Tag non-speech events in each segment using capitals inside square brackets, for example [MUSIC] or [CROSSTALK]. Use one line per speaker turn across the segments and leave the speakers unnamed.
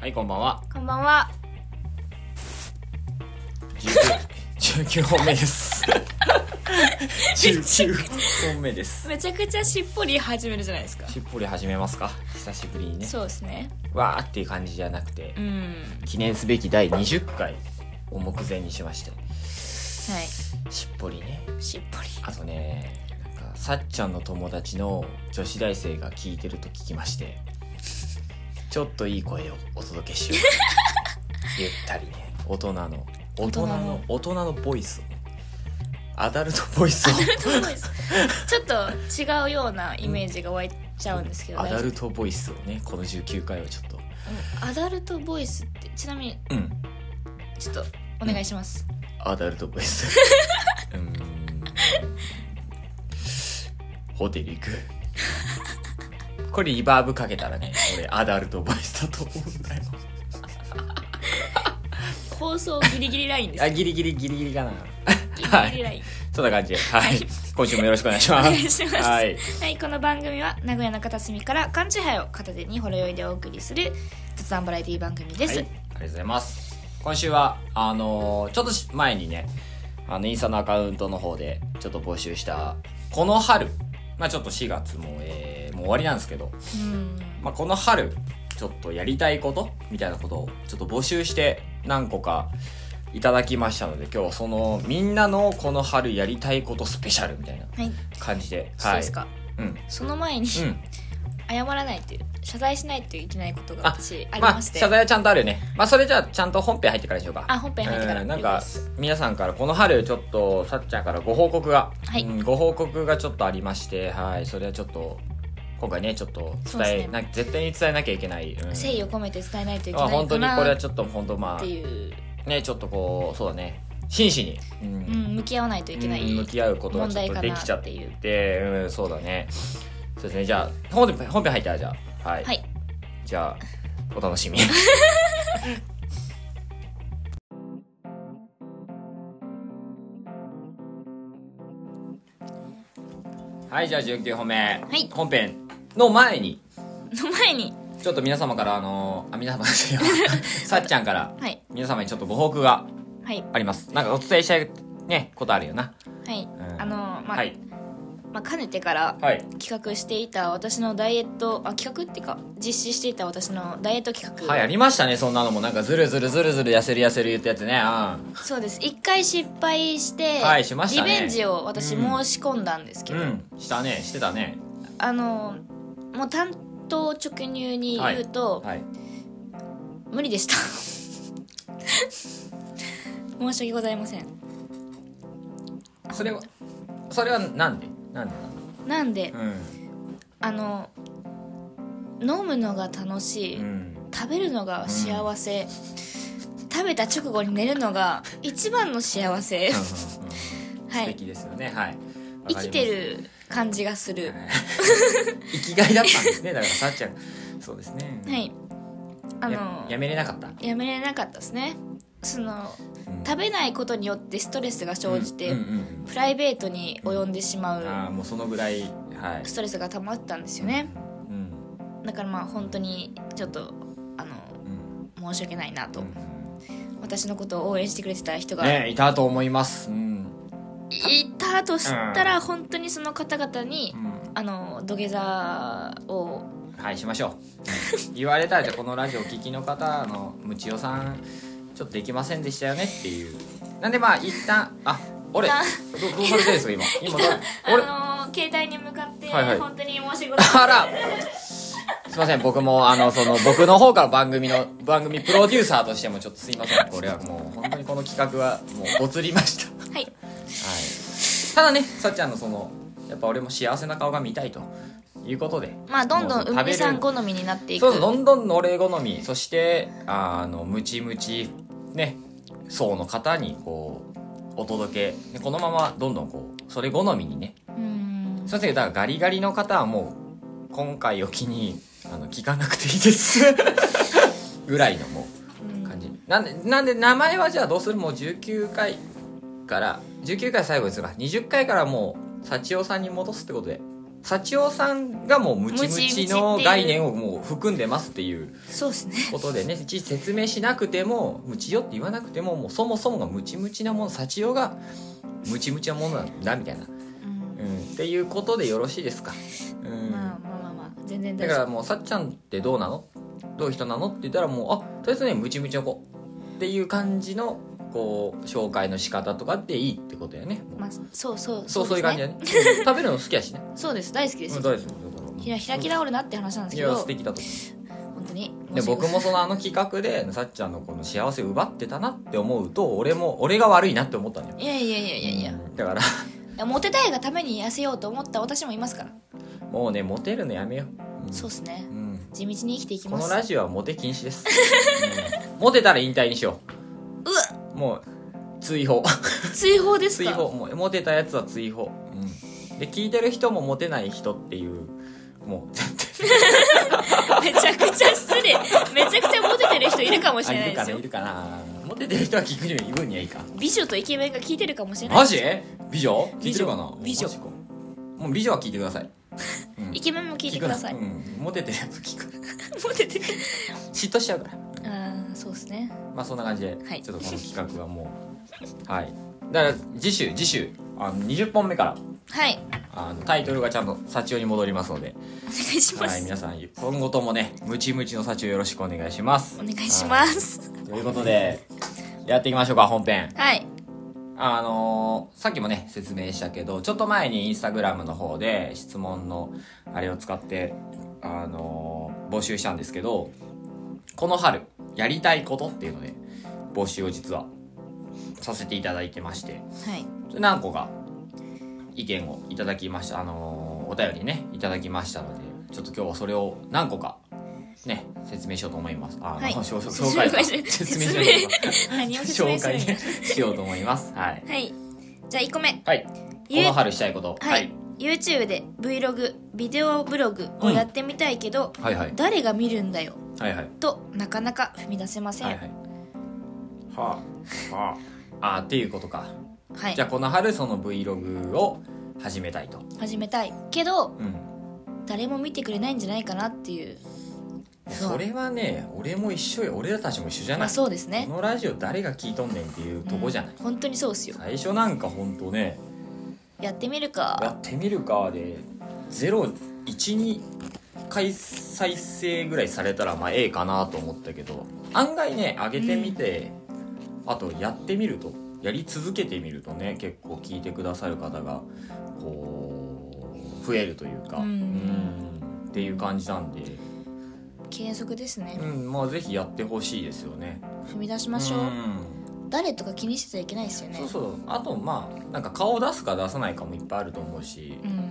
はいこんばんは
こんばんは。
19 19本目です19本目です
めちゃくちゃしっぽり始めるじゃないですか。
しっぽり始めますか久しぶりにね
そうですね。
わーっていう感じじゃなくて
うん。
記念すべき第20回を目前にしまして
は
しっぽりね
い。しっぽり。 [LAUGHS]
あとねなんかさっちゃんの友達の女子大生が聞いてると聞きましてちょっといい声をお届けし [LAUGHS] ようゆったりね大人の大人の大人のボイスをアダルトボイスを
ちょっと違うようなイメージが湧いちゃうんですけど。
アダ
大丈
ルトボイスをねこの19回はちょっと
夫うんアダルトボイスって、ちなみに、
うん
ちょっとお願いします。
アダルトボイス [LAUGHS] うーんホテル [LAUGHS] 行くこれリバーブかけたらね俺アダルトボイスだと思うんだよ
放送ギリギリラインです
あ。ギリギリギリギリかな
ギリギリライン。
そんな感 [LAUGHS] じではい今週もよろしくお願いし
お
ます
願いします。
は
はいい、この番組は名古屋の片隅から勘違いを片手にほろ酔いでお送りする雑談バラエティ番組です。
はい、ありがとうございます今週はあのーちょっとし前にねあのインスタのアカウントの方でちょっと募集したこの春まあちょっと4月も、えーもう終わりなんですけど、
うん。
まあ、この春ちょっとやりたいことみたいなことをちょっと募集して何個かいただきましたので今日はそのみんなのこの春やりたいことスペシャルみたいな
はい。
感じで
そう
はい
ですか。
うん
その前に、
うん
謝らないという謝罪しないといけないことが
あ
私ありまし
あ、
て、
謝罪はちゃんとあるよね。まあ、それじゃあ、ちゃんと本編入ってからにしようか。
あ本編入ってから
うんなん
了解
か
です、
皆さんから、この春、ちょっと、さっちゃんからご報告が、
はい
うんご報告がちょっとありまして、はい、それはちょっと、今回ね、ちょっと
そ
伝
うです
え、
ね
な絶対に伝えなきゃいけない。うん
誠意を込めて伝えないといけ
まあ
ない
本
か
当にこれ
な
は
っ
ちょっと本当ま
ていう、
あねちょっとこうそうだね真摯に、うん
うん、向き合わないといけない、
うん向き合うことがちょっとできちゃってい
問
てうんそうだねそうですねじゃあ本編本編入ったらじゃあはい、
はい
じゃあお楽
[LAUGHS]
しみはいじゃあ19本目、
い
本編の前に
の前に
ちょっと皆様からあのあ皆様ですよ
[LAUGHS]
さっちゃんから
はい
皆様にちょっとご報告が
はい
ありますなんかお伝えしたいねことあるよな、
はい、
ん
あのまあ、
はい
まあ、かねてから
はい
企画していた私のダイエットあ企画っていうか実施していた私のダイエット企画、
はいありましたねそんなのもなんかずるずるずるずる痩せる痩せる言ったやつねうん
そうです一回失敗して、
はいしましたね
リベンジを私申し込んだんですけど、
うんしたねしてたね
あのもう担当直入に言うと、
はい
無理でした [LAUGHS] 申し訳ございません
それはそれはなんでなんで
なんで、
なの
あの飲むのが楽しい、
うんうん
食べるのが幸せ、食べた直後に寝るのが一番の幸せ
素
はい
敵ですよねはい
生きて
わか
る感じがす
り
る
ますはい生きがいだったんですねだからさっちゃんそうですね
はいあ
や
の
やめれなかった
やめれなかったですねその
うん
食べないことによってストレスが生じて、
うんうんうん
プライベートに及んでしま
うんあ
う
あもうそのぐらいはい
ストレスが溜まってたんですよね
うん
だからまあ本当にちょっとあの
うん
申し訳ないなと、
うん
私のことを応援してくれてた人が、
ねいたと思いますうん
いたとしたら本当にその方々に、
うん
あの土下座を
はいしましょう [LAUGHS] 言われたらじゃあこのラジオお聞きの方のむちおさんちょっとできませんでしたよねっていうなんでまあ一旦あ俺
一
ど
旦
どうされてるんですか今今ど俺
あの携帯に向かって、
はいはい
本当に申し訳ございません
あらすいません僕もあのその僕の方から番組の番組プロデューサーとしてもちょっとすいませんこれはもう本当にこの企画はもうごつりました [LAUGHS]
はい
はい、ただねさっちゃんのそのやっぱ俺も幸せな顔が見たいということで
まあどんど
も
ん
うその食べ
海
る
さん好みになっていく
そうそうどんどんの俺好みそしてあのムチムチね層の方にこうお届けでこのままどんどんこうそれ好みにね
うーん
そうですねだからガリガリの方はもう今回を機にあの聞かなくていいです [LAUGHS] ぐらいのも
うん
う感じなんでなんで名前はじゃあどうするもう19回から19回最後ですが20回からもう幸代さんに戻すってことで幸男さんがもうムチムチの
ムチムチっていう
概念をもう含んでますっていう
そうですね
ことでねいちいち説明しなくてもムチよって言わなくてももうそもそもがムチムチなもの幸男がムチムチなものなんだみたいな、
うん
うん、っていうことでよろしいですか、うん
まあまあまあまあ全然
だ
大
か
丈
らもうさっちゃんってどうなのどういう人なのって言ったらもうあとりあえずねムチムチの子っていう感じのこう紹介の仕方とかでいいってことだよね
夫まあそうそう
そうそういう
です
感じだ
ね
ね食べるの好きやしね
そうです大好きです
うん
よ
大好き
ひら開き直るなって話なんです
い
け
や
ど
素敵だと
本当に
で僕もそのあの企画でさっちゃんのこの幸せを奪ってたなって思うと俺も俺が悪いなって思ったのよ
いやいやいやいやいや
うんだから
いやモテたいがために痩せようと思った私もいますから、
もうねモテるのやめよう、うん
そうですね
うん
地道に生きていき
こ
ま
の
す
ラジオはモテ禁止です、うんモテたら引退にしよ
うわ
うもう追放
[LAUGHS] 追放です
追
か
放 [LAUGHS] もうモテたやつは追放、うん、で聞いてる人もモテない人っていうもう絶
めちゃくちゃ失礼めちゃくちゃモテてる人いるかもし
対
れ
あ
ない
る
で
か
す
な
よ
いるかなモテてる人は聞くには言うにはいいか
美女とイケメンが聞いてるかもしれない
マジ美女聞いてるかな
美女
マジかもう美女は聞いてください
イケメンも聞いてください
聞くなうん、モテてるやつ聞く
モテてる
嫉妬しちゃうから
ああそうですね
まあそんな感じで、
はい
ちょっとこの企画はもうはいだから次週次週あの20本目から
はい
あのタイトルがちゃんと幸男に戻りますので
お願いしま
はい、
す、
皆さん、今後ともね、ムチムチの幸をよろしくお願いします。
お願いします
はい。ということで、やっていきましょうか、本編。
はい
あのーさっきもね、説明したけど、ちょっと前にインスタグラムの方で質問のあれを使って、あのー募集したんですけど、この春、やりたいことっていうので、募集を実はさせていただいてまして、
はい
何個か意見をいただきましたあのーお便りねいただきましたのでちょっと今日はそれを何個かね説明しようと思いますあの、
はい
[LAUGHS] 紹紹介か
紹
[LAUGHS]
介
説明しようと思います
何を説明
紹
する
介
んだ
ねしようと思いますはい、
はいじゃあ1個目
はい、こ
ゆ
の春したいこと、
はい、YouTube で Vlog ビデオブログをやってみたいけど、
はいはい
誰が見るんだよ
はいはい
となかなか踏み出せません
はいはいはあはああーっていうことか
はい
じゃあこの春その Vlog を始めたいと
始めたいけど
うん
誰も見てくれないんじゃないかなっていうそう
それはね俺も一緒よ俺らたちも一緒じゃ
ま
な
あ
い
そうですね
このラジオ誰が聞いとんねんっていうとこじゃない、
うん本当にそうっすよ
最初なんかほんとね
やってみる
や
か
ってみるかで012回再生ぐらいされたらまあええかなと思ったけど案外ね上げてみて、あとやってみるとやり続けてみるとね結構聞いてくださる方がこう増えるというか、
うん
うんっていう感じなんで、
継続ですね
うん、まあぜひやってほしいですよね。
踏み出しましょう
うん
誰とか気にしてちゃいけないですよね
そうそうあとまあなんか顔出すか出さないかもいっぱいあると思うし、
うん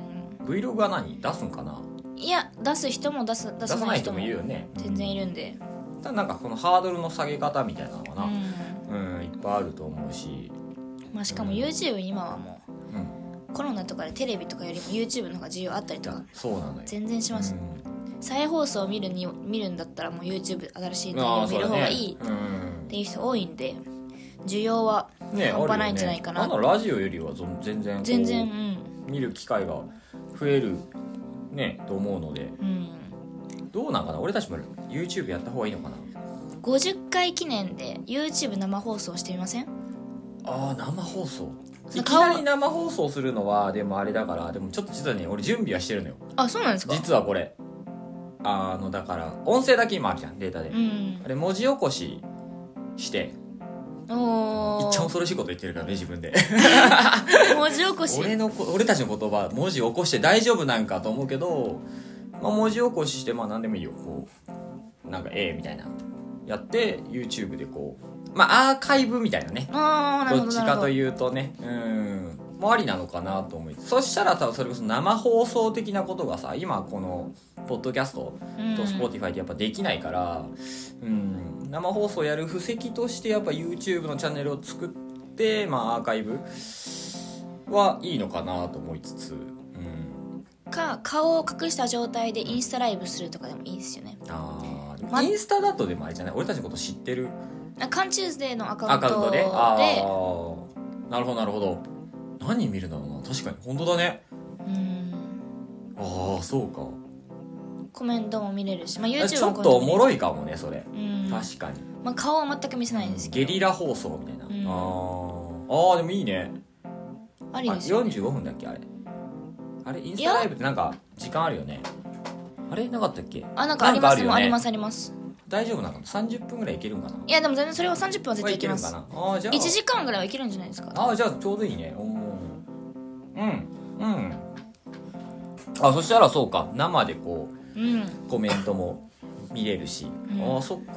Vlog は何出すんかない
や出す人も出す出
出
さ
さ
な
ないい
人
人
も
もいるよね
全然いるんで
ただなんかこのハードルの下げ方みたいなのか
う
な、うん
ん
いっぱいあると思うし、
まあしかも YouTube 今はも
うん、
うコロナとかでテレビとかよりも YouTube の方が需要あったりとか
そうなのよ
全然します
うん
再放送を見るに見るんだったらもう YouTube 新しい
あ
内容
あ
を見
そう
る
だ
方
ね
がいいっ
うん
ていう人多いんで需要は
ね
半端ないんじゃないかな
あるよねあのラジオよりはぞ全然こう
全然うん
見る機会が増えるねと思うので
うん
どうなんかな俺たちも YouTube やった方がいいのかな
50回記念で YouTube 生放送してみません
ああ生放送
そ
いき
の顔
なり生放送するのはでもあれだからでもちょっと実はね俺準備はしてるのよ
あそうなんですか
実はこれあのだから音声だけ今あるじゃんデータで、
うん
あれ文字起こししてい
お
っちゃ
お
恐ろしいこと言ってるからね自分
[LAUGHS]
で
文字起こし
俺のこ俺たちの言葉文字起こして大丈夫なんかと思うけど、まあ、文字起こししてまあ何でもいいよこうなんかええみたいなやって YouTube でこうまあアーカイブみたいなね
ああなる
ど
ほ
っ
ど
ち
なる
か
ほ
と
ど
いうとねうんもうありなのかなと思いそしたら多分それこそ生放送的なことがさ今このポッドキャスト
うん
と Spotify ってやっぱできないから、うん、生放送やる布石としてやっぱ YouTube のチャンネルを作って、まあ、アーカイブはいいのかなと思いつつ、うん、
か顔を隠した状態でインスタライブするとかでもいいですよね
あーでも
ま
インスタだとでもあれじゃない俺たちのこと知ってる
あカンチューズデーのアカウ
ア
ン
カウン
ト
ト
で
でああなるほどなるほど何見るんだろうな確かに本当だね
うん
ああそうか
コメントも見れるし、まあ、
え
YouTube
ちょっ
も
とおもろ
い、
いかもねそれ、
うん
確かに
まあ、顔は全く見せないんですけ
ゲ
ど
リラ放送みたいな、
うん
あーあーでもいいね
あり
あ
ですよ、ね、
45分だっけあれあれインスタライブってなんか時間あるよねあれなかったっけ
あなんかあります
なん
もう
かあ
あ
るよ
りま
ね
すあります
大丈夫なの30分ぐらいいけるんかない
やでも全然それは30分は絶対いけま
い
す
けるんかなあーじゃあ
1時間ぐらいはいけるんじゃないですか
ああじゃあちょうどいいねおーうんうんあそしたらそうか生でこう
うん
コメントも見れるし、
うん
ああそっか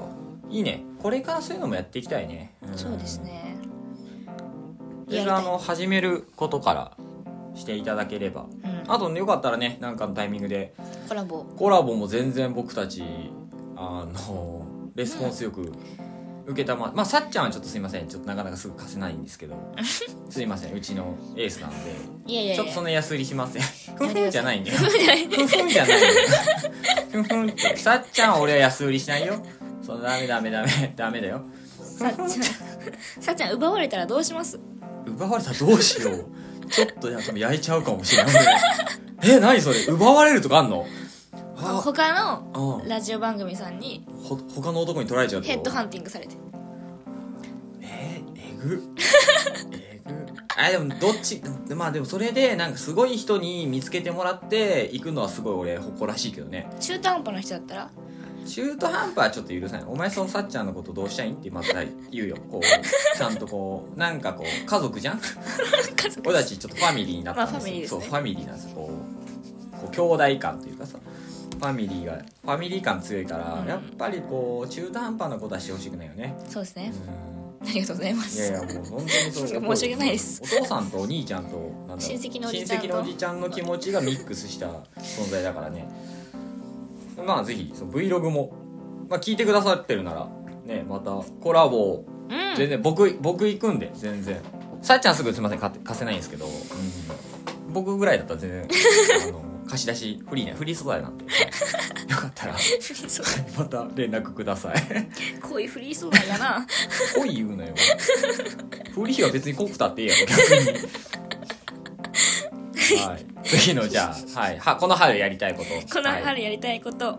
いいねこれからそういうのもやっていきたいね、ん
そうですね
とりあえずあの始めることからしていただければ
うん
あとねよかったらねなんかのタイミングで
コラボ
コラボも全然僕たちあのレスポンスよく受けたままあさっちゃんはちょっとすいませんちょっとなかなかすぐ貸せないんですけ
[LAUGHS]
どすいませんうちのエースなんで
いやいやいや
ちょっとその安売りしませんふん
やめ
ふん
てください
じゃないんだよ
そうじゃない
ふんふんじゃないよふんふんってさっちゃんは俺は安売りしないよそのダメダメダメダメだよ
[LAUGHS] さっちゃんさっちゃん奪われたらどうします
奪われたらどうしようちょっとなんか焼いちゃうかもしれないえ何それ奪われるとかあんのあ
他の
あほ
ラジオ番組さんに
他の男に取られちゃうって
ヘ
こ
ッ
と
ドハンティングされて
えーえぐえぐあでもどっちでまあでもそれでなんかすごい人に見つけてもらって行くのはすごい俺誇らしいけどね
中途半端な人だったら
中途半端はちょっと許さないお前そのさっちゃんのことどうしたいんってまた言うよこうちゃんとこうなんかこう家族じゃん
[LAUGHS] 家族
俺たちちょっとファミリーになったんですよ、
まあファミリーですね
そうファミリーなんですよこうこう兄弟感というかさファミリーがファミリー感強いから、
うん
やっぱりこう中途半端なことはしてほしくないよね
そうです
う
ね
ん
ありがとうございま
いやい
す
やもう本当にそう
[LAUGHS] 申し訳ないです
お父さんとお兄ちゃんとなんだろう
親戚のおじちゃんと
親戚のおじちゃんの気持ちがミックスした存在だからねまあぜひその Vlog も、まあ、聞いてくださってるならねまたコラボ
うん
全然僕僕行くんで全然さっちゃんすぐすいません貸て貸せないんですけど、僕ぐらいだったら全然 [LAUGHS] あの貸し出しフリーねフリー素材なんでよかったら
フ [LAUGHS] リー素材
また連絡ください
こういうフリー素材だな
濃い言うなよフリーは別に濃くたっていいやろ逆にはい次のじゃあ、はい、はこの春やりたいこと
この
はい、
春やりたいこと、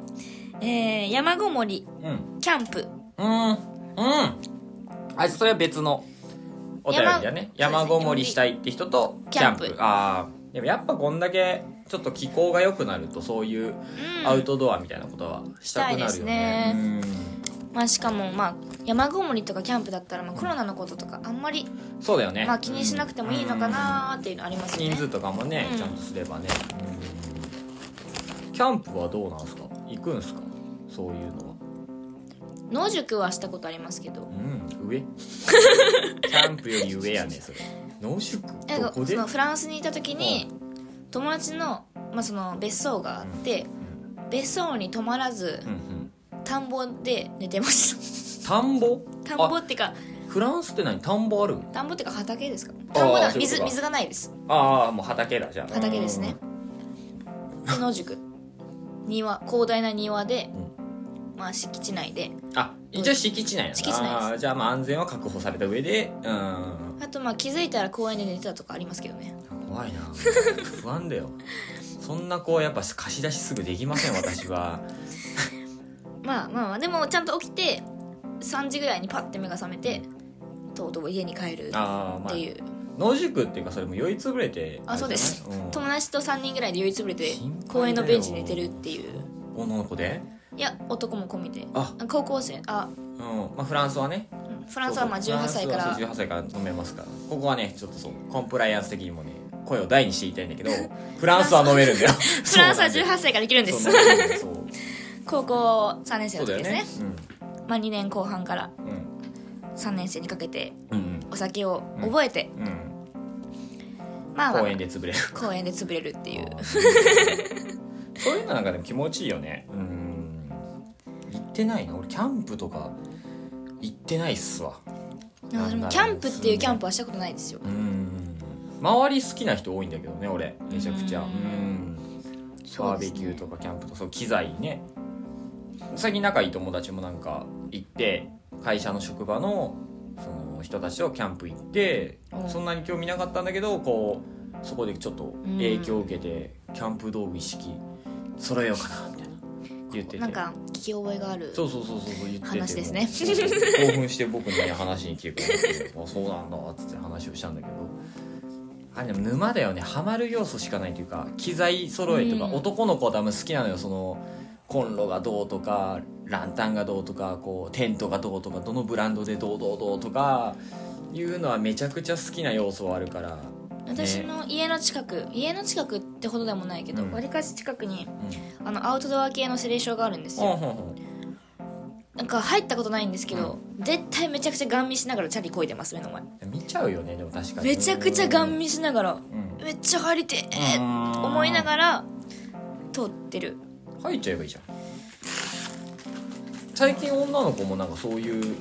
えー、山ごもり
うん
キャンプ
うんうんあそれは別のお便りだね
山
山ごもりしたいって人とキャンプ
キャンプ
あーでもやっぱこんだけちょっと気候が良くなるとそういう
うん
アウトドアみたいなことはしたくなるよね,、
まあしかもまあ山ごもりとかキャンプだったらまあコロナのこととかあんまり
うんそうだよね
まあ気にしなくてもいいのかなーっていうのありま
うん
すよ
人
ね
数とかもね、
うん
ちゃんとすればね、うんキャンプはどうなんすか行くんすかそういうのは
野宿はしたことありますけど
うん
[LAUGHS]
上キャンプより上やねそれ濃縮
なん
ど
か
こ
そ
で
のフランスにいた時に友達の,、まあその別荘があって、別荘に泊まらず
うんうん
田んぼで寝てまし
田んぼ
た田んぼ
あ
ってか
フランスって何田んぼある
田んぼってか畑ですか
あー
田んぼだ
そういうこと
水
か
水がないです
ああもう畑だじゃあ
畑ですねで野宿庭広大な庭で、まあ敷地内で
うんあ一応敷地内なんだ
敷地内です
あーじゃあまあ安全は確保された上でうん
あとまあ気づいたら公園で寝てたとかありますけどね
怖
[LAUGHS]
いな不安だよそんなこうやっぱ貸し出しすぐできません私
[LAUGHS]
は
まあまあまあでもちゃんと起きて3時ぐらいにパッて目が覚めてとうとう家に帰るっ
ああまあ
ていう、
野宿っていうかそれも酔いつぶれて
あそうです
れじゃない
友達と3人ぐらいで酔いつぶれて
心配だよ
公園のベンチで寝てるっていう
うん女の子で
いや男も込みで
あ
高校生あ
うんまあフランスはね
うんフランスはまあ18歳か
そう
ら
そう18歳から飲めますからここはねちょっとそうコンプライアンス的にもね声を大にして言いたいんだけ
[LAUGHS]
どフランスは飲めるんだよ [LAUGHS]
フランスは
そう
18歳からできるんで
そ
す
う飲めるんだ
[LAUGHS]
よそう
高校3年生
そ
の
うだ
時
よ
ですね
ね
まあ2年後半から
うんうん
3年生にかけて
うん
お酒を覚えて、
うんうん
まあまあ
公園で潰れる
公園で潰れるっていう
そういうのなんかでも気持ちいいよねうん行ってないな俺キャンプとか行ってないっすわ
なんかでもキャンプっていうキャンプはしたことないですよ
うん周り好きな人多いんだけどね俺めちゃくちゃ
う
うんん
そ
バ
う
ーベ
ですね
キューとかキャンプとかそう機材ね最近仲いい友達もなんか行って会社の職場のその人たちとキャンプ行って
うん
そんなに興味なかったんだけどこうそこでちょっと影響を受けて、キャンプ道具一式揃えようかなみたいな言ってて
なんか聞き覚えがある
そうそうそうそうそう言ってて
話ですね
もう興奮して僕に、ね、話に聞いてくれてあそうなんだっつって話をしたんだけどあれでも沼だよねハマる要素しかないというか機材揃えとか、
うん
男の子は多分好きなのよそのコンロがどうとかランタンがどうとかこうテントがどうとかどのブランドでどうどうどうとかいうのはめちゃくちゃ好きな要素はあるから、
私の家の近く家の近くってほどでもないけど
うん
わり、かし近くに
うん、
あのアウトドア系のセレーションがあるんです
ほん
よ
ほんほん
なんか入ったことないんですけど、絶対めちゃくちゃガン見しながらチャリこいでます目の前
見ちゃうよねでも確かに
めちゃくちゃガン見しながら
うん
めっちゃ入りてえって思
思
い
ら
ながら通ってる
入っちゃえばいいじゃん最近女の子もなんかそういう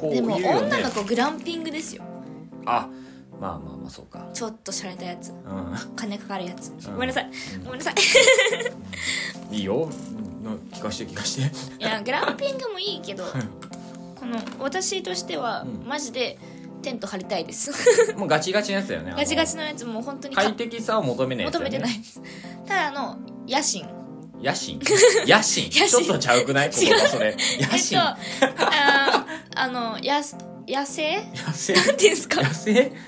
こうい
で
う
も
よね
女の子グランピングですよ
あまあまあまあそうか
ちょっと洒落たやつ
う
金かかるやつ
うん
ごめんなさい
うん
ごめんなさい
んいいようんな聞かして聞かして [LAUGHS]
いやグランピングもいいけどこの私としては
うん
マジでテント張りたいです
もうガチガチなやつだよねあの
ガチガチのやつもう本当にか
快適さを求めないやつだ
求
よ
めて
ね
ないですただあの野心
野
[LAUGHS]
心野心
野心
ちょっとちゃうくない言葉それ野
[LAUGHS]
心
えっとあーあのやす野生っ
野生
ていうんですか
野生こ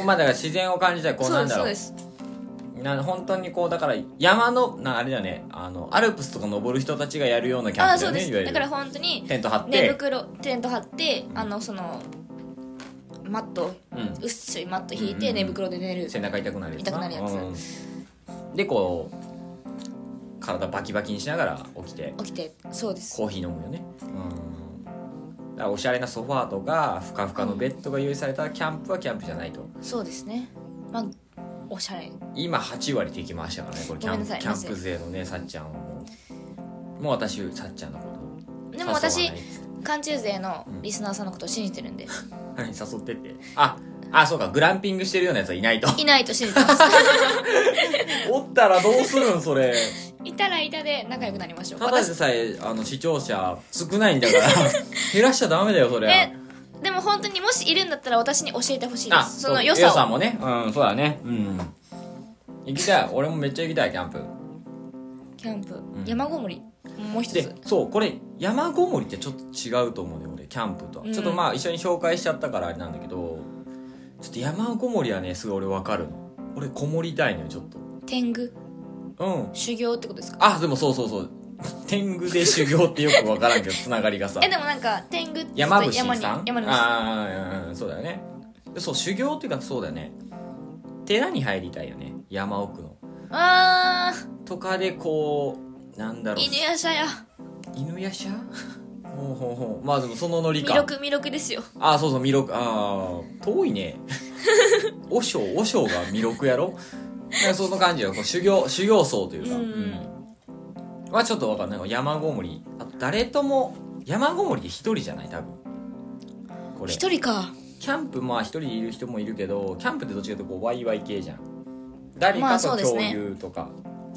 うまあだから自然を感じたいこう
そ
な
うんです
だ
そ
ろ
う
う
です
な本当にこうだから山のなあれだよねあのアルプスとか登る人たちがやるようなキ
あ
ャ
あ
ンプだよ
そうで
ね
す
いわゆ
だから
る
本当に
テント張っ
寝
て、
袋テント張ってあのそのマット
うん、
うっすいマット引い
うんう
て
ん
寝袋で寝る
背中痛くなるやつ
痛くなるやつ
うんでこう体バキバキにしながら起きて
起きてそうです
コーヒー飲むよねうんだからおしゃれなソファーとかふかふかのベッドが用意されたキャンプはキャンプじゃないと
そうですねまあおしゃれ
今8割敵回したからねこれキャ
ごめん
ン
なさい
キャンプ勢のねさっちゃんをもうもう私さっちゃんのこと
でも
誘
私
わない
寒中勢のリスナーさんのことを信じてるんで
何誘ってってああそうかグランピングしてるようなやつはい
[LAUGHS]
ないと
いないと信じてます
[LAUGHS] おったらどうするんそれ
いたらいたで仲良くなりましょう
ただ
私
でさえあの視聴者少ないん
[LAUGHS]
だから減らしちゃダメだよそれ
えでも本当にもしいるんだったら私に教えてほしいで
あ
すその良さを
もねうんそうだねうん行きたい俺もめっちゃ行きたいキャンプ
キャンプ、
ん
山ごもりもう一
で
つ
そうこれ山ごもりってちょっと違うと思うね俺キャンプとは、
うん
ちょっとまあ一緒に紹介しちゃったからあれなんだけどちょっと山ごもりはねすごい俺分かるの俺こもりたいのよちょっ
天狗
とうん
修行ってことですか
あでもそうそうそう天狗で修行ってよく分からんけどつながりがさ
えでもなんか天狗ってちょっと
山伏さん
山に山に
ああうんそうだよねでそう修行っていうかそうだよね寺に入りたいよね山奥の
あ
とかでこうなんだ
ー
ろう
犬やしゃや
犬やしゃほうほうほうまあでもそのノリ
魅
か
力魅力ですよ
ああそうそう魅力ああ遠いね和尚和尚が魅力やろだからその感じよこう修行修行僧というか
うん
うんはちょっとわかんない山ごもりあと誰とも山ごもりで一人じゃない多分これ
一人か
キャンプまあ一人でいる人もいるけどキャンプってどっちかというとこうワイワイ系じゃん誰
ま
か
あそ
と
うです
共
ね
有とか、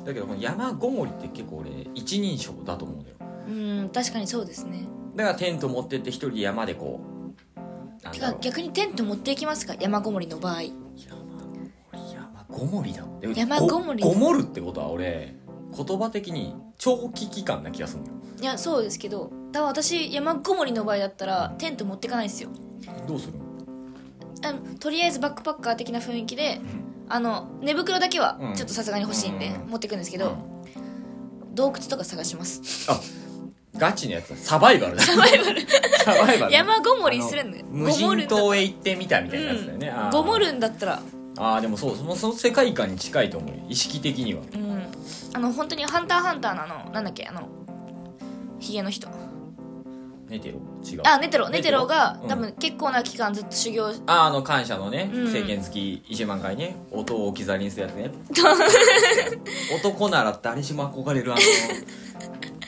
だけどこの山ごもりって結構俺一人称だと思うんだよ
うん確かにそうですね
だからテント持ってって一人で山でこうなん
て
だ
か
ろう
逆にテント持っていきますか山ごもりの場合
山ごもりだもんで
山ごもり
ごもるってことは俺言葉的に長期期間な気がするんだよ
いやそうですけどだから私山ごもりの場合だったらテント持ってかないですよ
どうするの
あのとりあえずバックパッカー的な雰囲気であの寝袋だけは
うん
ちょっとさすがに欲しいんで
うん
持ってくんですけ
け
ど、洞窟とか探します
あガチのやつだサバイバルだサバイバルサバイバル
山ごもりするんだよ
あの無人島へ行ってみたみたいなやつだよね、あー
ごもるんだったら
あーでもそうそのその世界観に近いと思うよ意識的には
うんあの本当に「ハンターハンター」のあのなんだっけあのヒゲの人
寝てろ違う
あネテロネテロが
ネテロうん
多分結構な期間ずっと修行
あーあの感謝のね
うん
政権付き1万回ね音を置き去りにするやつ
[LAUGHS]
ね男なら誰しも憧れるあ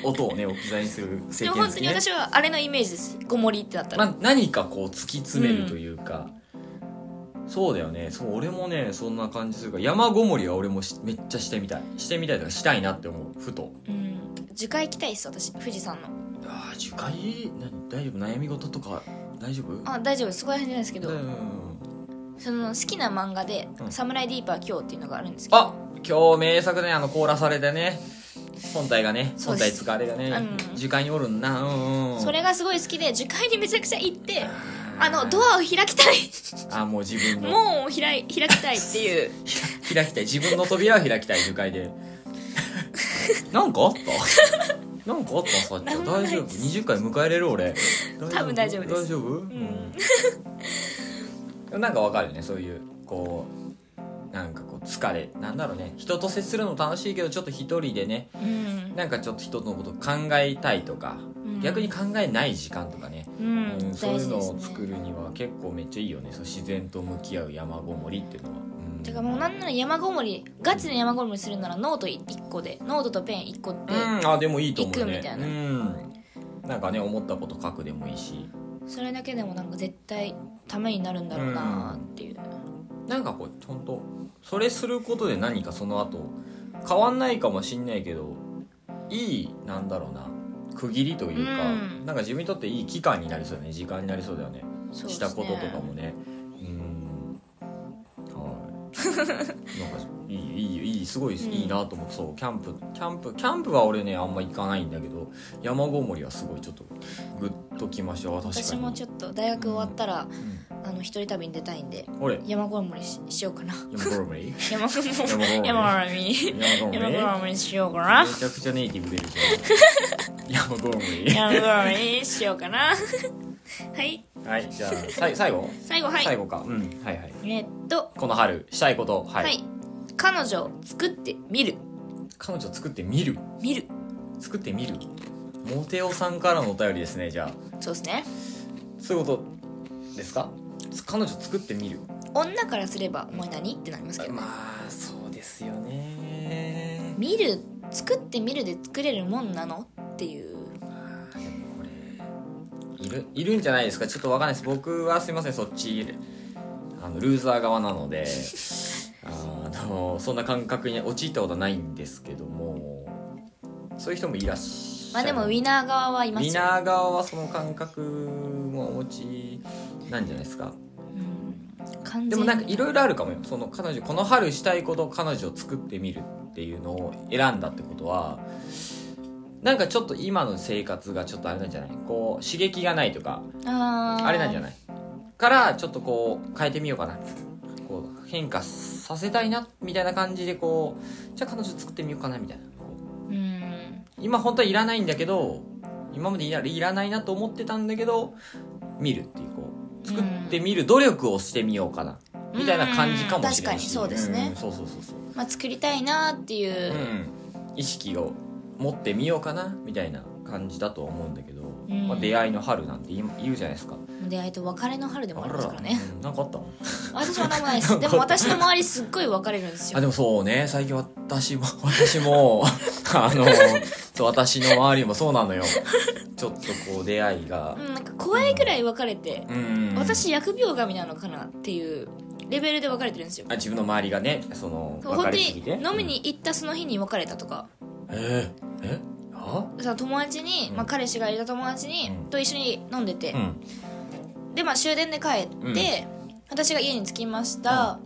の
[LAUGHS]
音をね置き去りにする
でも
政権
本
付
当
き
に
ね
私はあれのイメージですごもりってなったら、
まあ、何かこう突き詰めるというか、そうだよねそう俺もねそんな感じするから山ごもりは俺もしめっちゃしてみたいしてみたいとかしたいなって思うふと
うん樹海行きたいっす私富士山の
ああ樹海何大丈夫悩み事とか大丈夫
あ大丈夫ですそこら辺じゃないですけど
うん
その好きな漫画で
う
「
ん
サムライディーパー今日」っていうのがあるんですけど
あ今日名作ねあの凍らされてね本体がね
そ
本
うで
体
す
つかあれがね
うん
樹海におるんなうんうん
それがすごい好きで樹海にめちゃくちゃ行ってあのド
う
アを開きたい
あもう自分の
門を開い開きたいっていう
開きたい自分の扉を開きたい樹海
[LAUGHS]
でなんかあったなんかあったさっちゃん
なんもない
大丈夫
です
20回迎えれる俺
多分大丈夫です
大丈夫うんでもなん [LAUGHS] かわかるねそういうこうなんかこう疲れなんだろうね人と接するのも楽しいけどちょっと一人でね
うん
なんかちょっと人のこと考えたいとか、
うん
逆に考えない時間とかね、
う
うんんそう
大
いう
事
の
です
を
ね
作るには結構めっちゃいいよねそう自然と向き合う山ごもりっていうのは。うん
てかもうなんなら山ごもりガチで山ごもりするならノート1個でノートとペン1個って、
うん、あでもいいと思うね
行くみたいな
うん、なんかね思ったこと書くでもいいし
それだけでもなんか絶対ためになるんだろうなっていう、
なんかこう本当それすることで何かその後変わんないかもしんないけどいいなんだろうな区切りというか、
うん
なんか自分にとっていい期間になりそうだよね時間になりそうだよね
そうで
し
すね
たこととかもねうんはい
[LAUGHS]
なんかいいいいよいいすごい
うん
いいなと思って、そうキャンプキャンプキャンプは俺ねあんま行かないんだけど山ごもりはすごいちょっとグッときましたわ確かに
私もちょっと大学終わったら、
う
あの一人旅に出たいんで
ん、俺
山ごもりししよう
[LAUGHS]
かな
山ごも
[LAUGHS]
り
山ごもり
山ごもり
山ごもり
山ごもり
山ごもりしようかな
めちゃくちゃネイティブ出るじゃん山ごもり
[LAUGHS] 山ごもりしようかな [LAUGHS] はい
はいじゃあさい最後、
最後はい
最後かうんはいはい
えーっと
この春したいことは、
はいい、彼女を作ってみる
彼女作ってみる
見る
作ってみるモテオさんからのお便りですねじゃあ
そうですね
そういうことですかつ彼女作ってみる
女からすれば「お前何?」ってなりますけど、
まあそうですよね
見る作ってみるで作れるもんなのっていう
これいるいるんじゃないですかちょっとわかんないです僕はすいませんそっちあのルーザー側なの
[LAUGHS]
であのそんな感覚に陥ったことはないんですけどもそういう人もいらっし
ま
ゃ
あで
る
もウ
ウィ
ィナー側はいますよ
ナー側はその感覚もお持ちなんじゃないですか
うん完全に
でもなんかいろいろあるかもよその彼女この春したいこと彼女を作ってみるっていうのを選んだってことはなんかちょっと今の生活がちょっとあれなんじゃないこう刺激がないとか
あー
あれなんじゃないからちょっとこう変えてみようかなこう変化させたいなみたいな感じでこうじゃあ彼女作ってみようかなみたいなこう
うん
今本当はいらないんだけど今までいらいらないなと思ってたんだけど見るっていうこう作ってみる努力をしてみようかなみたいな感じかもしれないし
うん確かにそうですね
んそうそうそうそう
まあ作りたいなっていうう、
ん意識を持ってみようかなみたいな感じだとは思うんだけど、
うん
まあ、出会いの春なんて言い言うじゃないですか
出会いと別れの春でもありますからね
うんなんかあった
私は何もない
[LAUGHS]
ですでも私の周りすっごい別れるんです
あ
よ
でもそうね最近私も [LAUGHS] 私もあのそう私の周りもそうなのよちょっとこう出会いが
うんなんか怖いぐらい別れて、
うん
私疫病神なのかなっていうレベルで別れてるんですよ
あ自分の周りがねその
本当
別れすぎ
に
て
飲みに行ったその日に別れたとか
うんえー、えあ
その友達に、
うん
まあ、彼氏がいた友達に、
うん
と一緒に飲んでて
う、ん
でまあ終電で帰って、私が家に着きました、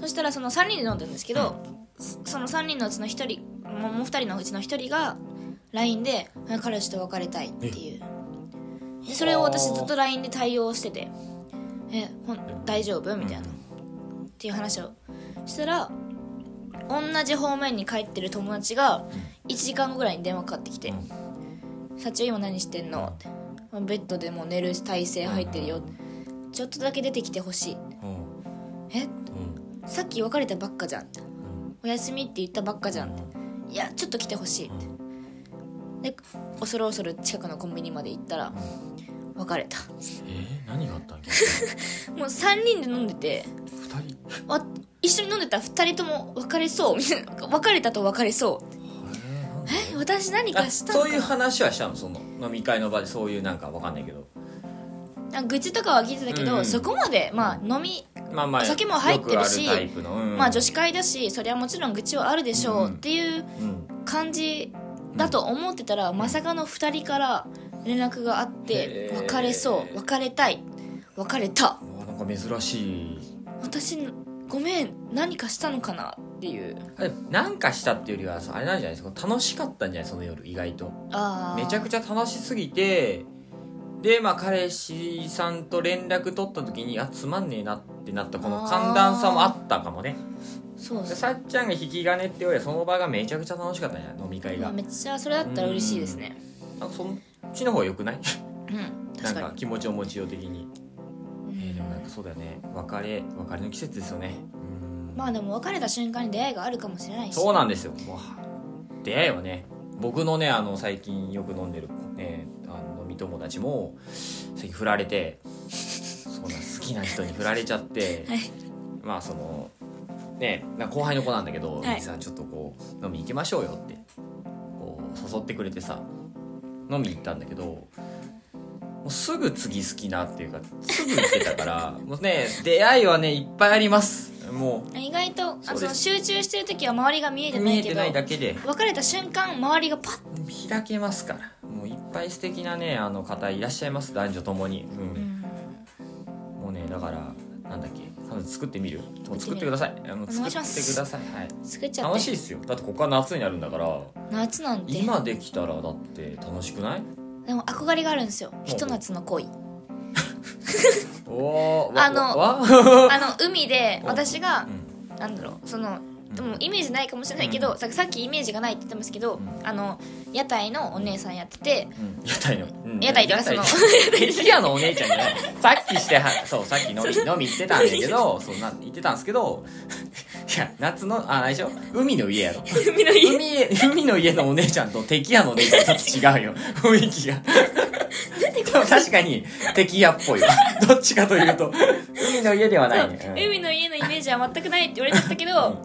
そしたらその3人で飲んだんですけど、そその3人のうちの1人もうもう2人のうちの1人が LINE であ「彼氏と別れたい」っていうでそれを私ずっと LINE で対応してて「えほん大丈夫?」みたいな、っていう話をしたら同じ方面に帰ってる友達が1時間後ぐらいに電話かかってきて
うん
「社長今何してんの?」って「ベッドでもう寝る体勢入ってるよ」ちょっとだけ出てきてほし
う
い
ん
え
うん
さっき別れたばっかじゃんおやすみって言ったばっかじゃんいやちょっと来てほしいで恐る恐る近くのコンビニまで行ったら別れた
えー、何があったんけ
もう3人で飲んでて
二人
わ一緒に飲んでた2人とも別れそうみたいな別れたと別れそう
えーなんで
え私何
あ
かしたの
そう
か
いう話はしたのその飲み会の場でそういうなんかわかんないけど
なんか愚痴とかは聞いてたけど、
うんうん
そこまでまあ飲み
まあまあ
お酒も入ってるし
よくあるタイプの、うん
まあ女子会だしそれはもちろん愚痴はあるでしょうっていう
うん
感じだと思ってたら、まさかの2人から連絡があって
へー
別れそう別れたい別れた
うわなんか珍しい
私ごめん何かしたのかなっていう
あでもなんかしたっていうよりはそうあれなんじゃないですか楽しかったんじゃないその夜意外と
あ
めちゃく
ち
ちゃ楽しすぎてでまあ彼氏さんと連絡取った時にあつまんねえなってなったこの寒暖差もあったかもね
ゃそう
で
です
さっちゃんが引き金ってよりはその場がめちゃくちゃ楽しかったんじゃない飲み会
ま
が
あめっちゃそれだったら嬉しいですね
なんかそっちの方が良くない [LAUGHS]
うん
なん
確か
か
に
気持ちを持ちよう的に、
う
えーでもなん
ん
かそうだよね別れ別れの季節ですよねうん
まあでも別れた瞬間に出会いがあるかもしれないし
そうなんですよもう出会いはね僕のねあの最近よく飲んでる、ね、あの飲み友達も最近振られてそんな好きな人に振られちゃって、
はい
まあそのねなんか後輩の子なんだけど「
はい
ミキさんちょっとこう飲み行きましょうよ」ってこう誘ってくれてさ飲み行ったんだけどもうすぐ次好きなっていうかすぐ行ってたからもうね出会いはねいっぱいありますも
意外とあ
そう
の
です
その集中してる時は周りが見えて
う
な
見
い
え
け
て
ど
ないだけで
別れた瞬間周りがパッ
開けますからもういっぱい素敵なねあの方いらっしゃいます男女ともに、
う
うんんもうねだからなんだっけ彼女作ってみるもう
作
作ってて
っみ
く
る
ださいあの
願い
作って
します
ください、はい、
作っちゃって
楽しいですよだってここから夏になるんだから
夏なんて
今できたらだって楽しくない
でも憧れがあるんですよひと夏の恋
おーわ
あの
わ
あの海で
うん
私が
うん
なんだろうその
うん
でもイメージないかもしれないけど、
うん
ささっきイメージがないって言ってますけど、
うん
あの屋台のお姉さんやってて
うん屋台の、うん
屋台とかその
屋台寿司屋のお姉ちゃんじゃ
[LAUGHS]
ないさっきしてはそうさっき飲み飲み行ってたんだけどそうな行ってたんですけど [LAUGHS] いや夏のあれでしょ海の家やろ
海の
[LAUGHS]
家
海へ海の家のお姉ちゃんと敵屋のお姉ちゃんちょっと違う
[LAUGHS]
よ雰囲気がでも確かに敵屋っぽいわ
[LAUGHS]
どっちかというと海の家ではないね、うん
海の家のイメージは全くないって言われちゃったけど、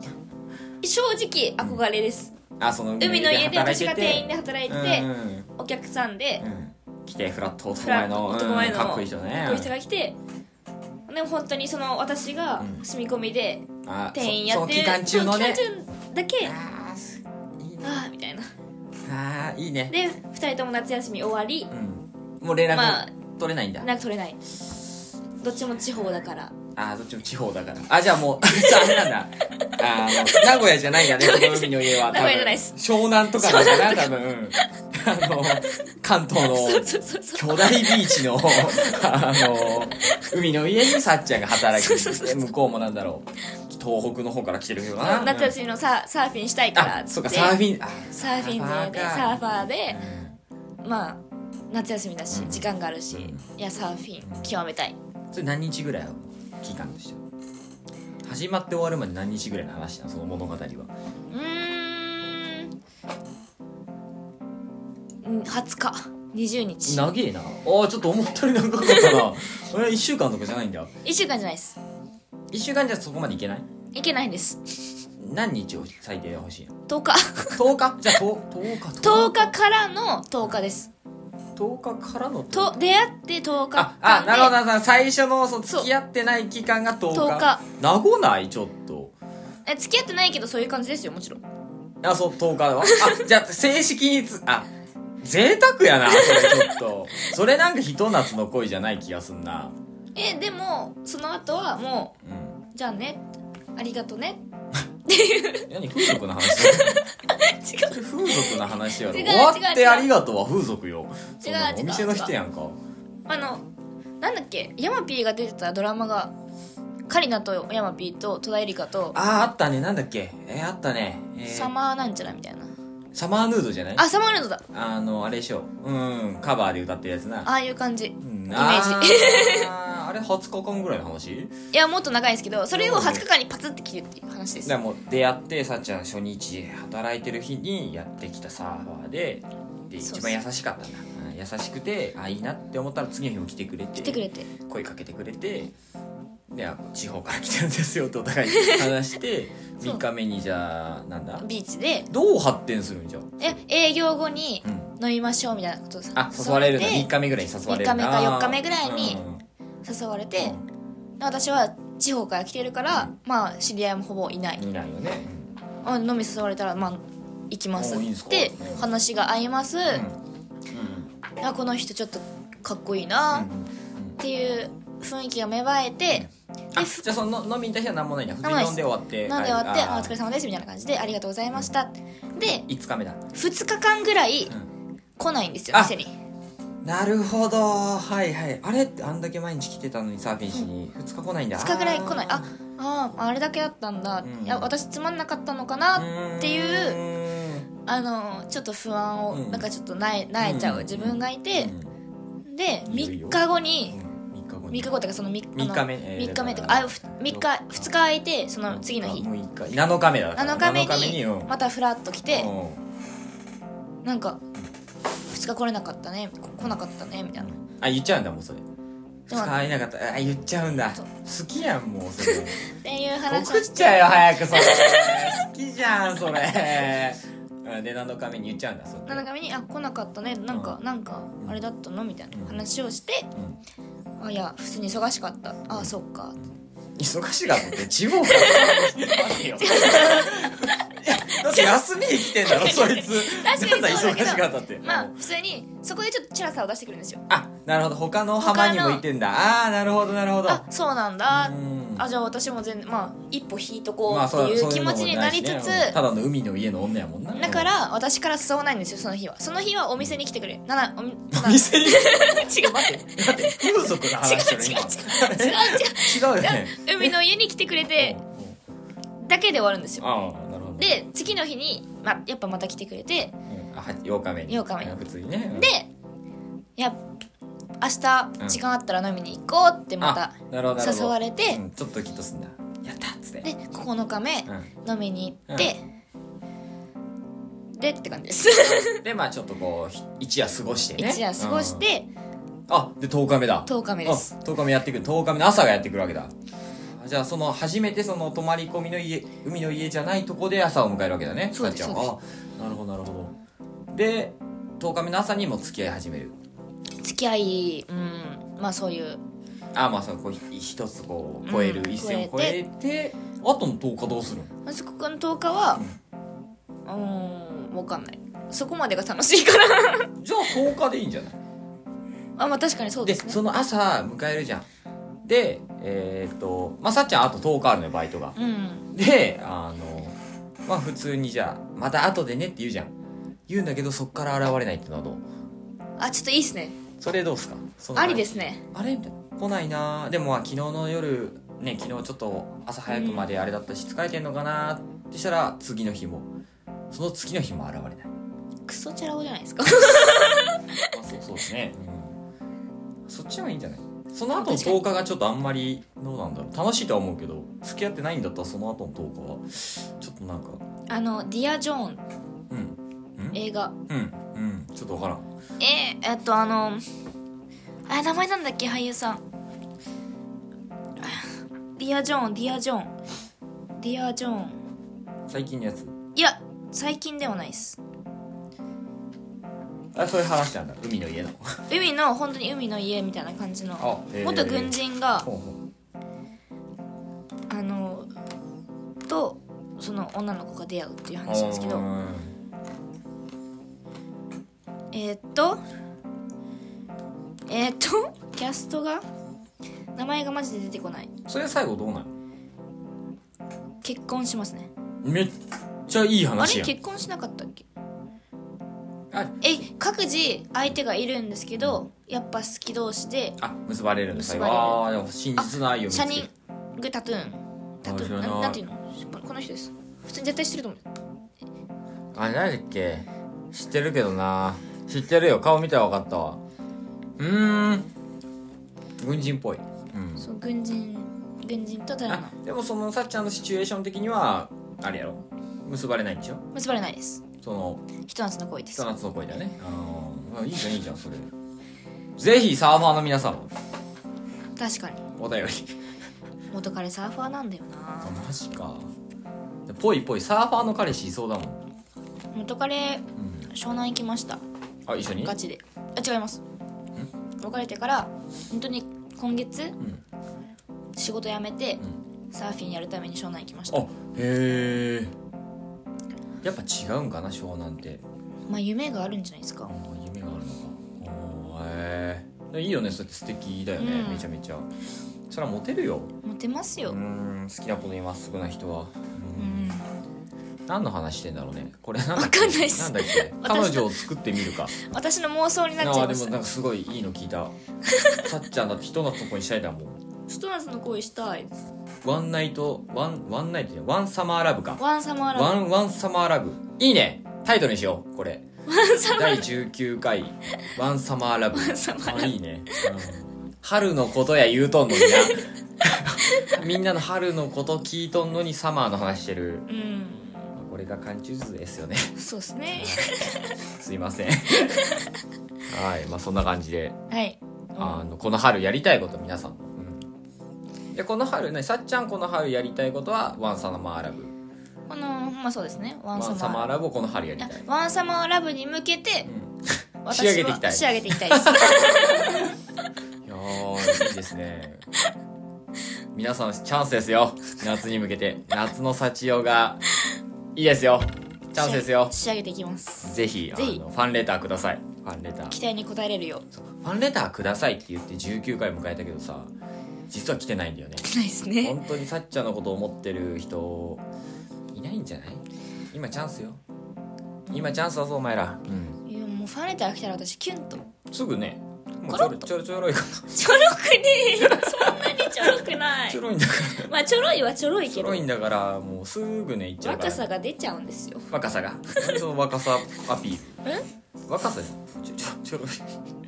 正直憧れです
あその
海の家
働
で私
い
が
てて
店員で働いてて、お客さんで
うん、うんうん、来てフラット男
フ
前
ラット
の
男前
う
の
んかっこいい人ね
こういう人が来てでも本当にその私が住み込みで
あそ
店員やってる
その期間中のね
そ期間中だけ
あーいいね
ああみたいな
あーいいね
で2人とも夏休み終わり
うんもう連絡
まあ
取れないんだ、
なんか取れないどっちも地方だから
ああどっちも地方だからあじゃあもう [LAUGHS] じゃああれなんだあーあの名古屋じゃないん
[LAUGHS]
だねこの海の家は
名古屋じゃないっす
多分湘南とかだかな多分うんあの関東の
そうそうそうそ
巨
う
大ビーチのあの海の家にさっちゃんが働き
そうそうそう
で向こうもなんだろう東北の方から来てるよな
[LAUGHS] 夏休みのササーフィンしたいから
あ
っつって
そうかサーフィンあ
サーフィン勢でサーファーでまあ夏休みだし
うん
時間があるし
う
いやサーフィン極めたい
それ何日ぐらいあるの期間としては始まって終わるまで何日ぐらいの話なのその物語は
うーんうん20日20日
長えなあーちょっと思ったより長かったな [LAUGHS] 俺1週間とかじゃないんだ
1週間じゃないです
1週間じゃそこまでいけない
いけないんです
何日を最低で欲しいの
10日 [LAUGHS]
10日じゃあ 10, 10日
10日からの10日です
10日からの
と出会って10日
ああなるほど
ど
なるほど最初のそう付き合ってない期間が10日
10日
なごないちょっと
え付き合ってないけどそういう感じですよもちろん
あそう10日だわあじゃあ正式につあ贅沢やなそれちょっとそれなんかひと夏の恋じゃない気がすんな
えでもその後はも
うん
うじゃあねありがとね
何風俗の話
[LAUGHS] 違
風
う
俗の話やろ
違う違う
終わってありがとうは風俗よそんな
違う違
お
う
店の人やんか
あのなんだっけヤマピーが出てたドラマがカリナとヤマピーと戸田恵梨香と
あああったねなんだっけえーあったね、えー
サマーなんちゃらみたいな
サマーヌードじゃない
あサマールードだ
あのあれでしょうんカバーで歌ってるやつな
ああいう感じ
うん
イメ
あ
ー
ーあれ20日間ぐらいの話
いやもっと長いですけどそれを20日間にパツって切るっていう話で
だ
す
からもう出会ってさっちゃん初日働いてる日にやってきたサーファーでで
そ
一
うそう
番優しかったんだうん優しくてあいいなって思ったら次の日も来てくれて
来てくれて
声かけてくれてであ地方から来てるんですよってお互い話して
[LAUGHS] そう
3日目にじゃあなんだ
ビーチで
どう発展するんじゃん、うん、
え営業後に飲みましょうみたいなことを
あ誘われるんだ
て
3日目ぐらいに誘われる
三日目か四日目ぐらいに
う
誘われて、私は地方から来てるから、まあ知り合いもほぼいない、
ん、いないよね、
あ飲み誘われたらまあ行きます
お
っ
ーいいんすか
て
うん
話が合います、あこの人ちょっとかっこいいな
う
っ
んうん
ていう雰囲気が芽生えて、
あ
でふ
じゃあその飲みに対しては何もないんだ普通
何もな
に
い
飲んで終わって
飲んで終わって「あ
あ
お疲れ様です」みたいな感じで「ありがとうございました」で
5日目だ、
2日間ぐらい
うん、
来ないんですよ
あ
店に
なるほどはいはいあれってあんだけ毎日来てたのにサーフィンしに2日来ないんだ
2日ぐらい来ないああーあれだけだったんだ、
うん
いや私つまんなかったのかなっていう
う
あのちょっと不安を、
うん
なんかちょっとなえなえちゃう自分がい
ー
て
ん、
で
いいよいいよ
3日後に
うん3日後
3日後っていうかその 3,
3日目えー
3日目ってい
だか
うかあ
ら
3日2日空いてその次の日
6日7日目だ
7日目
7
に
うん
またフラッと来て
うん
なんか2日来れなかったねこ来なかったねみたいな
あ言っちゃうんだもうそれ
でも
使えなかったあ言っちゃうんだ
そう
好きやんもうそ
[LAUGHS]
れ
っていう話を
送っ
して
ちゃえよ早くそれ好きじゃんそれうんで7日目に言っちゃうんだそれ
7日目に「あ来なかったねなんか、
う
なんかあれだったの?」みたいな話をして
うん
「あいや普通に忙しかったあそっか」
忙しいだろって地方から
[LAUGHS]
待てよいやだって休みに来てんだろそいつ
確かにそうだけ
ん忙
ど
しかったって
まあ普通にそこでちょっとチャラさを出してくるんですよ
あなるほど他の浜にも行ってんだああーなるほどなるほど
あそうなんだ
うん
あじゃあ私も全然まあ一歩引いとこ
ま
う
あ
って
そう
い
そうう
気
の
持
も
ちにな
ない
り
し
つ
ね
つ
うんただの海の家の女やもんな
だから私から誘わないんですよその日はその日はお店に来てくれななお
う
み
ん
な
お店に
[LAUGHS] 違う
待って待って風俗の話してる今
違う
違うよね
違う海の家に来てくれて
うん
だけで終わるんですよ
ああなるほど
で次の日に、ま、やっぱまた来てくれて
うんあは8日目に
8日目に
あ普通にねうん
でいや明日時間あったら飲みに行こうってま
あ
た
なるほどなるほど
誘われて
うんちょっときっとすんだやったっつって
で9日目
う
飲みに行ってでって感じです
んでまあちょっとこうひ一夜過ごしてね
一夜過ごし
うん
て
あで10日目だ
10日目です
あ10日目やってくる10日目の朝がやってくるわけだあじゃあその初めてその泊まり込みの家海の家じゃないとこで朝を迎えるわけだね
そうです
さっちゃんはあなるほどなるほどで10日目の朝にもう付き合い始める
付き合いうんまあそういう
あまあそうこうひ一つこう超える、
うん
一線を
超
超
え
えてあとの10日どうするの
息子くん10日はうーんわかんないそこまでが楽しいから [LAUGHS]
じゃあ10日でいいんじゃない
あまあ確かにそう
で
ですね
その朝迎えるじゃんでえーっとまあさっちゃんあと10日あるのよバイトが
うん
であのまあ普通にじゃあまた後でねって言うじゃん言うんだけどそっから現れないってのはどう
あちょっといいっすね
それどうすかその
ありですね
あれみたいな来ないなでもまあ昨日の夜ね昨日ちょっと朝早くまであれだったし疲れてんのかなってしたら次の日もその次の日も現れない、
クソチャラ男じゃないですか [LAUGHS]
まあ、そうそうですね、うん、そっちはいいんじゃないその後の
確かに
10日がちょっとあんまりどうなんだろう楽しいとは思うけど付き合ってないんだったらその後の10日はちょっとなんか
あの「ディア・ジョーン
うん」
映画
うんうんちょっとわからん
えー、えっとあのあ名前なんだっけ俳優さんあディア・ジョーンディア・ジョーンディア・ジョーン
最近のやつ
いや最近ではないです
あそういう話なんだ海の家の
海の本当に海の家みたいな感じの
あへー
元軍人が
ほうほ
あのとその女の子が出会うっていう
う
話なんですけ
う
ど
ん
えー、っとえー、っとキャストが名前がマジで出てこない
それ最後どうなの
結婚しますね
めっちゃいい
あ
話
れ
やん
結婚しなかったっけ
あ
え各自相手がいるんですけどやっぱ好き同士で
あ結ばれるんだ最後
結ばれる
ああーでも真実の愛を見つけ
シャ
る
ニングタトゥーンタトゥーン
あ知ら
な
ない
なんていうのこの人です普通に絶対知ってると思う
あれ何だっけ知ってるけどな知ってるよ顔見たら分かったわうーん軍人っぽいうん
そう軍人軍人とただ
あでもそのさっちゃんのシチュエーション的にはあれやろ結ばれないんでしょ
の結ばれないです
その
ひと夏の恋です
人夏の恋だねああいいじゃんいいじゃんそれぜひサーファーの皆さんも
確かに
お便り
元彼サーファーなんだよな
マジかぽいぽいサーファーの彼氏いそうだもん、
元彼
うん、
湘南行きました
あ一緒に
ガチであ違います別れてから本当に今月
ん
仕事辞めてサーフィンやるために湘南行きまし
あ
た
へえやっぱ違うんかな湘南って
まあ夢があるんじゃないですか
うん夢があるのかおーへえいいよねそれって素敵だよね、
うん
めちゃめちゃそりゃモテるよ
モテます
う
よ
ん好きなことにまっすぐな人は
う
うん
ん
何の話してんだろうねこれなんだっけ
わかんないっす
なんだっけ
私
彼女を作ってみるか
私の妄想になっちゃ
あ
い
ー
ま
でも
し
なん
た
かすごいいいの聞いた [LAUGHS] さっちゃんだってひと夏の子にしたいだもん
ひと夏の恋したいです
ワンナイトワンワンナイトじゃないワンサマーラブか
ワンサマーラブ
ワンワンサマーラブいいねタイトルにしようこれ第19回「ワンサマーラブ」あいいね、うん春のことや言うとんのにな [LAUGHS] みんなの春のこと聞いとんのにサマーの話してる
うん
これが缶中図ですよね
そうですね
すいませんはいまあそんな感じで
[LAUGHS] はい
あのこの春やりたいこと皆さんも、うんでこの春ねさっちゃんこの春やりたいことは「ワンサマーラブ」
このまあそうですね
「
ワ
ワ
ン
ン
サマ
サマ
ー
ーラブ」をこの春やりたい
いやワンサマーラブに向けて
うん
私
仕
は
上げていきたい
仕上げていきた
[LAUGHS]
いです
いやーいいです
[LAUGHS]
ね皆さんチャンスですよ夏に向けて夏の幸男がいいですよチャンスですよ
仕上げていきます
ぜひ
ぜひ
あのファンレターくださいファンレター
期待に応えれるよ
そうファンレターくださいって言って19回迎えたけどさ実は来てないんだよね
ないですね
本当にさっちゃんのことを思ってる人いないんじゃない今チャンスよ今チャンスだぞお前ら、うん、
いやもうファンレター来たら私キュンと
すぐねもう
コ
ち
ロ
ょろ
ッと
ちょろちょろいか
ちょろくねえよそんなにちょろくな
らちょ
い
ろいんだから
まあちょろいはちょろい
ち
け
ょ
ど
ろいんだからもうすぐね行っちゃうから
若さが出ちゃうんですよ
若さが何その若さアピー
え
ル若さですちょちょちょろい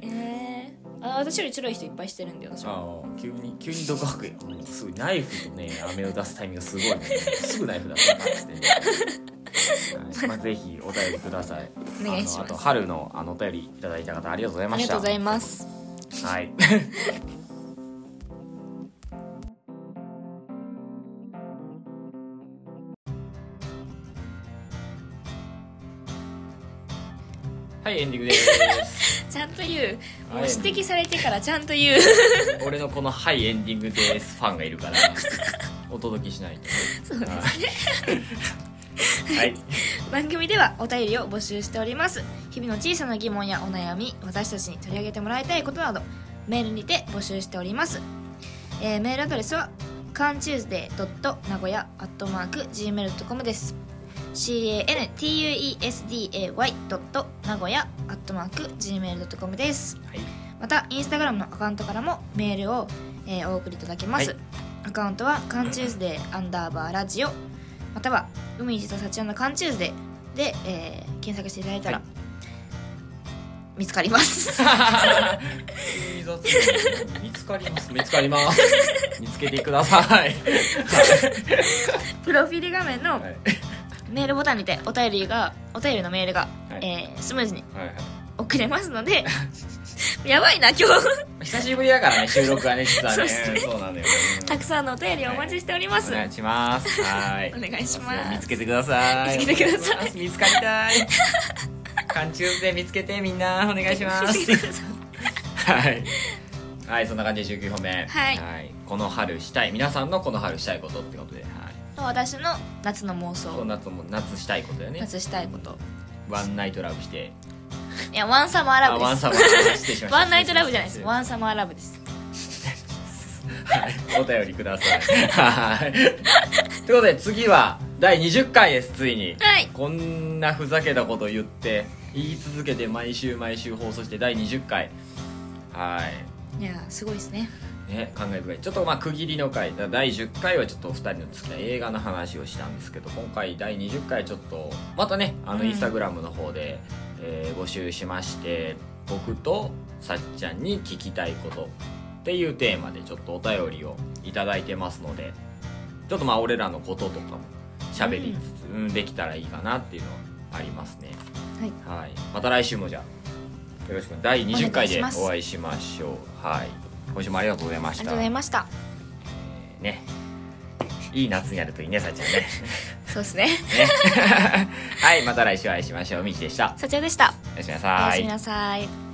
えー、あ私よりちょろい人いっぱいしてるんで私は
ああ急に急に毒吐くよもうすごいナイフと
[LAUGHS]
ね飴を出すタイミングすごいねすぐナイフ出すなっつってね、はいまあ、ぜひお便りください
お願いします
あのあと春のあのお便りいただいた方ありがとうござい
あ
ま
り
し
が
た
とうございます
すはい [LAUGHS] はいエンディングです
ちゃんと言うもう
はい
指摘されてからちゃんと言う
俺のこの「ハイエンディングです」ファンがいるからお届けしないとそうですねはい
番組ではお便りを募集しております日々の小さな疑問やお悩み私たちに取り上げてもらいたいことなどメールにて募集しております、えーメールアドレスは cantuesday.nagoya.gmail.com です cantuesday.nagoya.gmail.com です
はい
またインスタグラムのアカウントからもメールを、えーお送りいただけます、
はい
アカウントは「カンチューズデーアンダーバーラジオ」または「海地と幸男のカンチューズデーで」えー検索していただいたら、
は
見つかります
[LAUGHS] 急に雑に見つかります見つかります見つけてください
プロフィール画面の
はい
メールボタンにてお便りがお便りのメールが、
はい
えースムーズに
はい
送れます
[LAUGHS]
のでやばいな今日
久しぶりだからね収録はね実は
そ
ね
うですね
そうなんだよ、うん
たくさんのお便りお待ちしております、
お願いしますはい
お願いします
見つけてください
見つけてくださ
い見つかりたい缶中で見つけてみんなお願いし
[LAUGHS]
ます [LAUGHS] はい。はい、そんな感じで19本目。
はい
この春したい、皆さんのこの春したいことってことで、はい。
私の夏の妄
そう
想
夏も夏したいことだよね。
夏したいこと
ワンナイトラブして。
いやワンサマーラブ
あワン
です
サマーラブしてしまいました。
ワンナイトラブじゃないです。ワ
ン。
ンサマーラブです。
お便りください。はい。ということで次は第20回ですついに。
はい。
こんなふざけたこと言って言い続けて毎週毎週放送して第20回。はい。
いやー、すごいですね。
ね、感慨深いちょっとまあ区切りの回だ第10回はちょっと2人の付き合い映画の話をしたんですけど今回第20回ちょっとまたねあの
うん
インスタグラムの方で、えー募集しまして僕とさっちゃんに聞きたいことっていうテーマでちょっとお便りをいただいてますのでちょっとまあ俺らのこととかも喋りつつ、うん、できたらいいかなっていうのはありますね
はい。
はい、また来週もじゃあよろしく第20回
お願いし
で
ます
お会いしましょうはい今週もありがとうございま
あり
し
が
た
とうございま [LAUGHS] した。
ねいい夏になるといいねさっちゃ
[LAUGHS]
んね
そうですね。
[LAUGHS] ねはいまた来週お会いしましょうみちでした
さちらでした。
おやすみな
お
さ
やす
い
みなさい。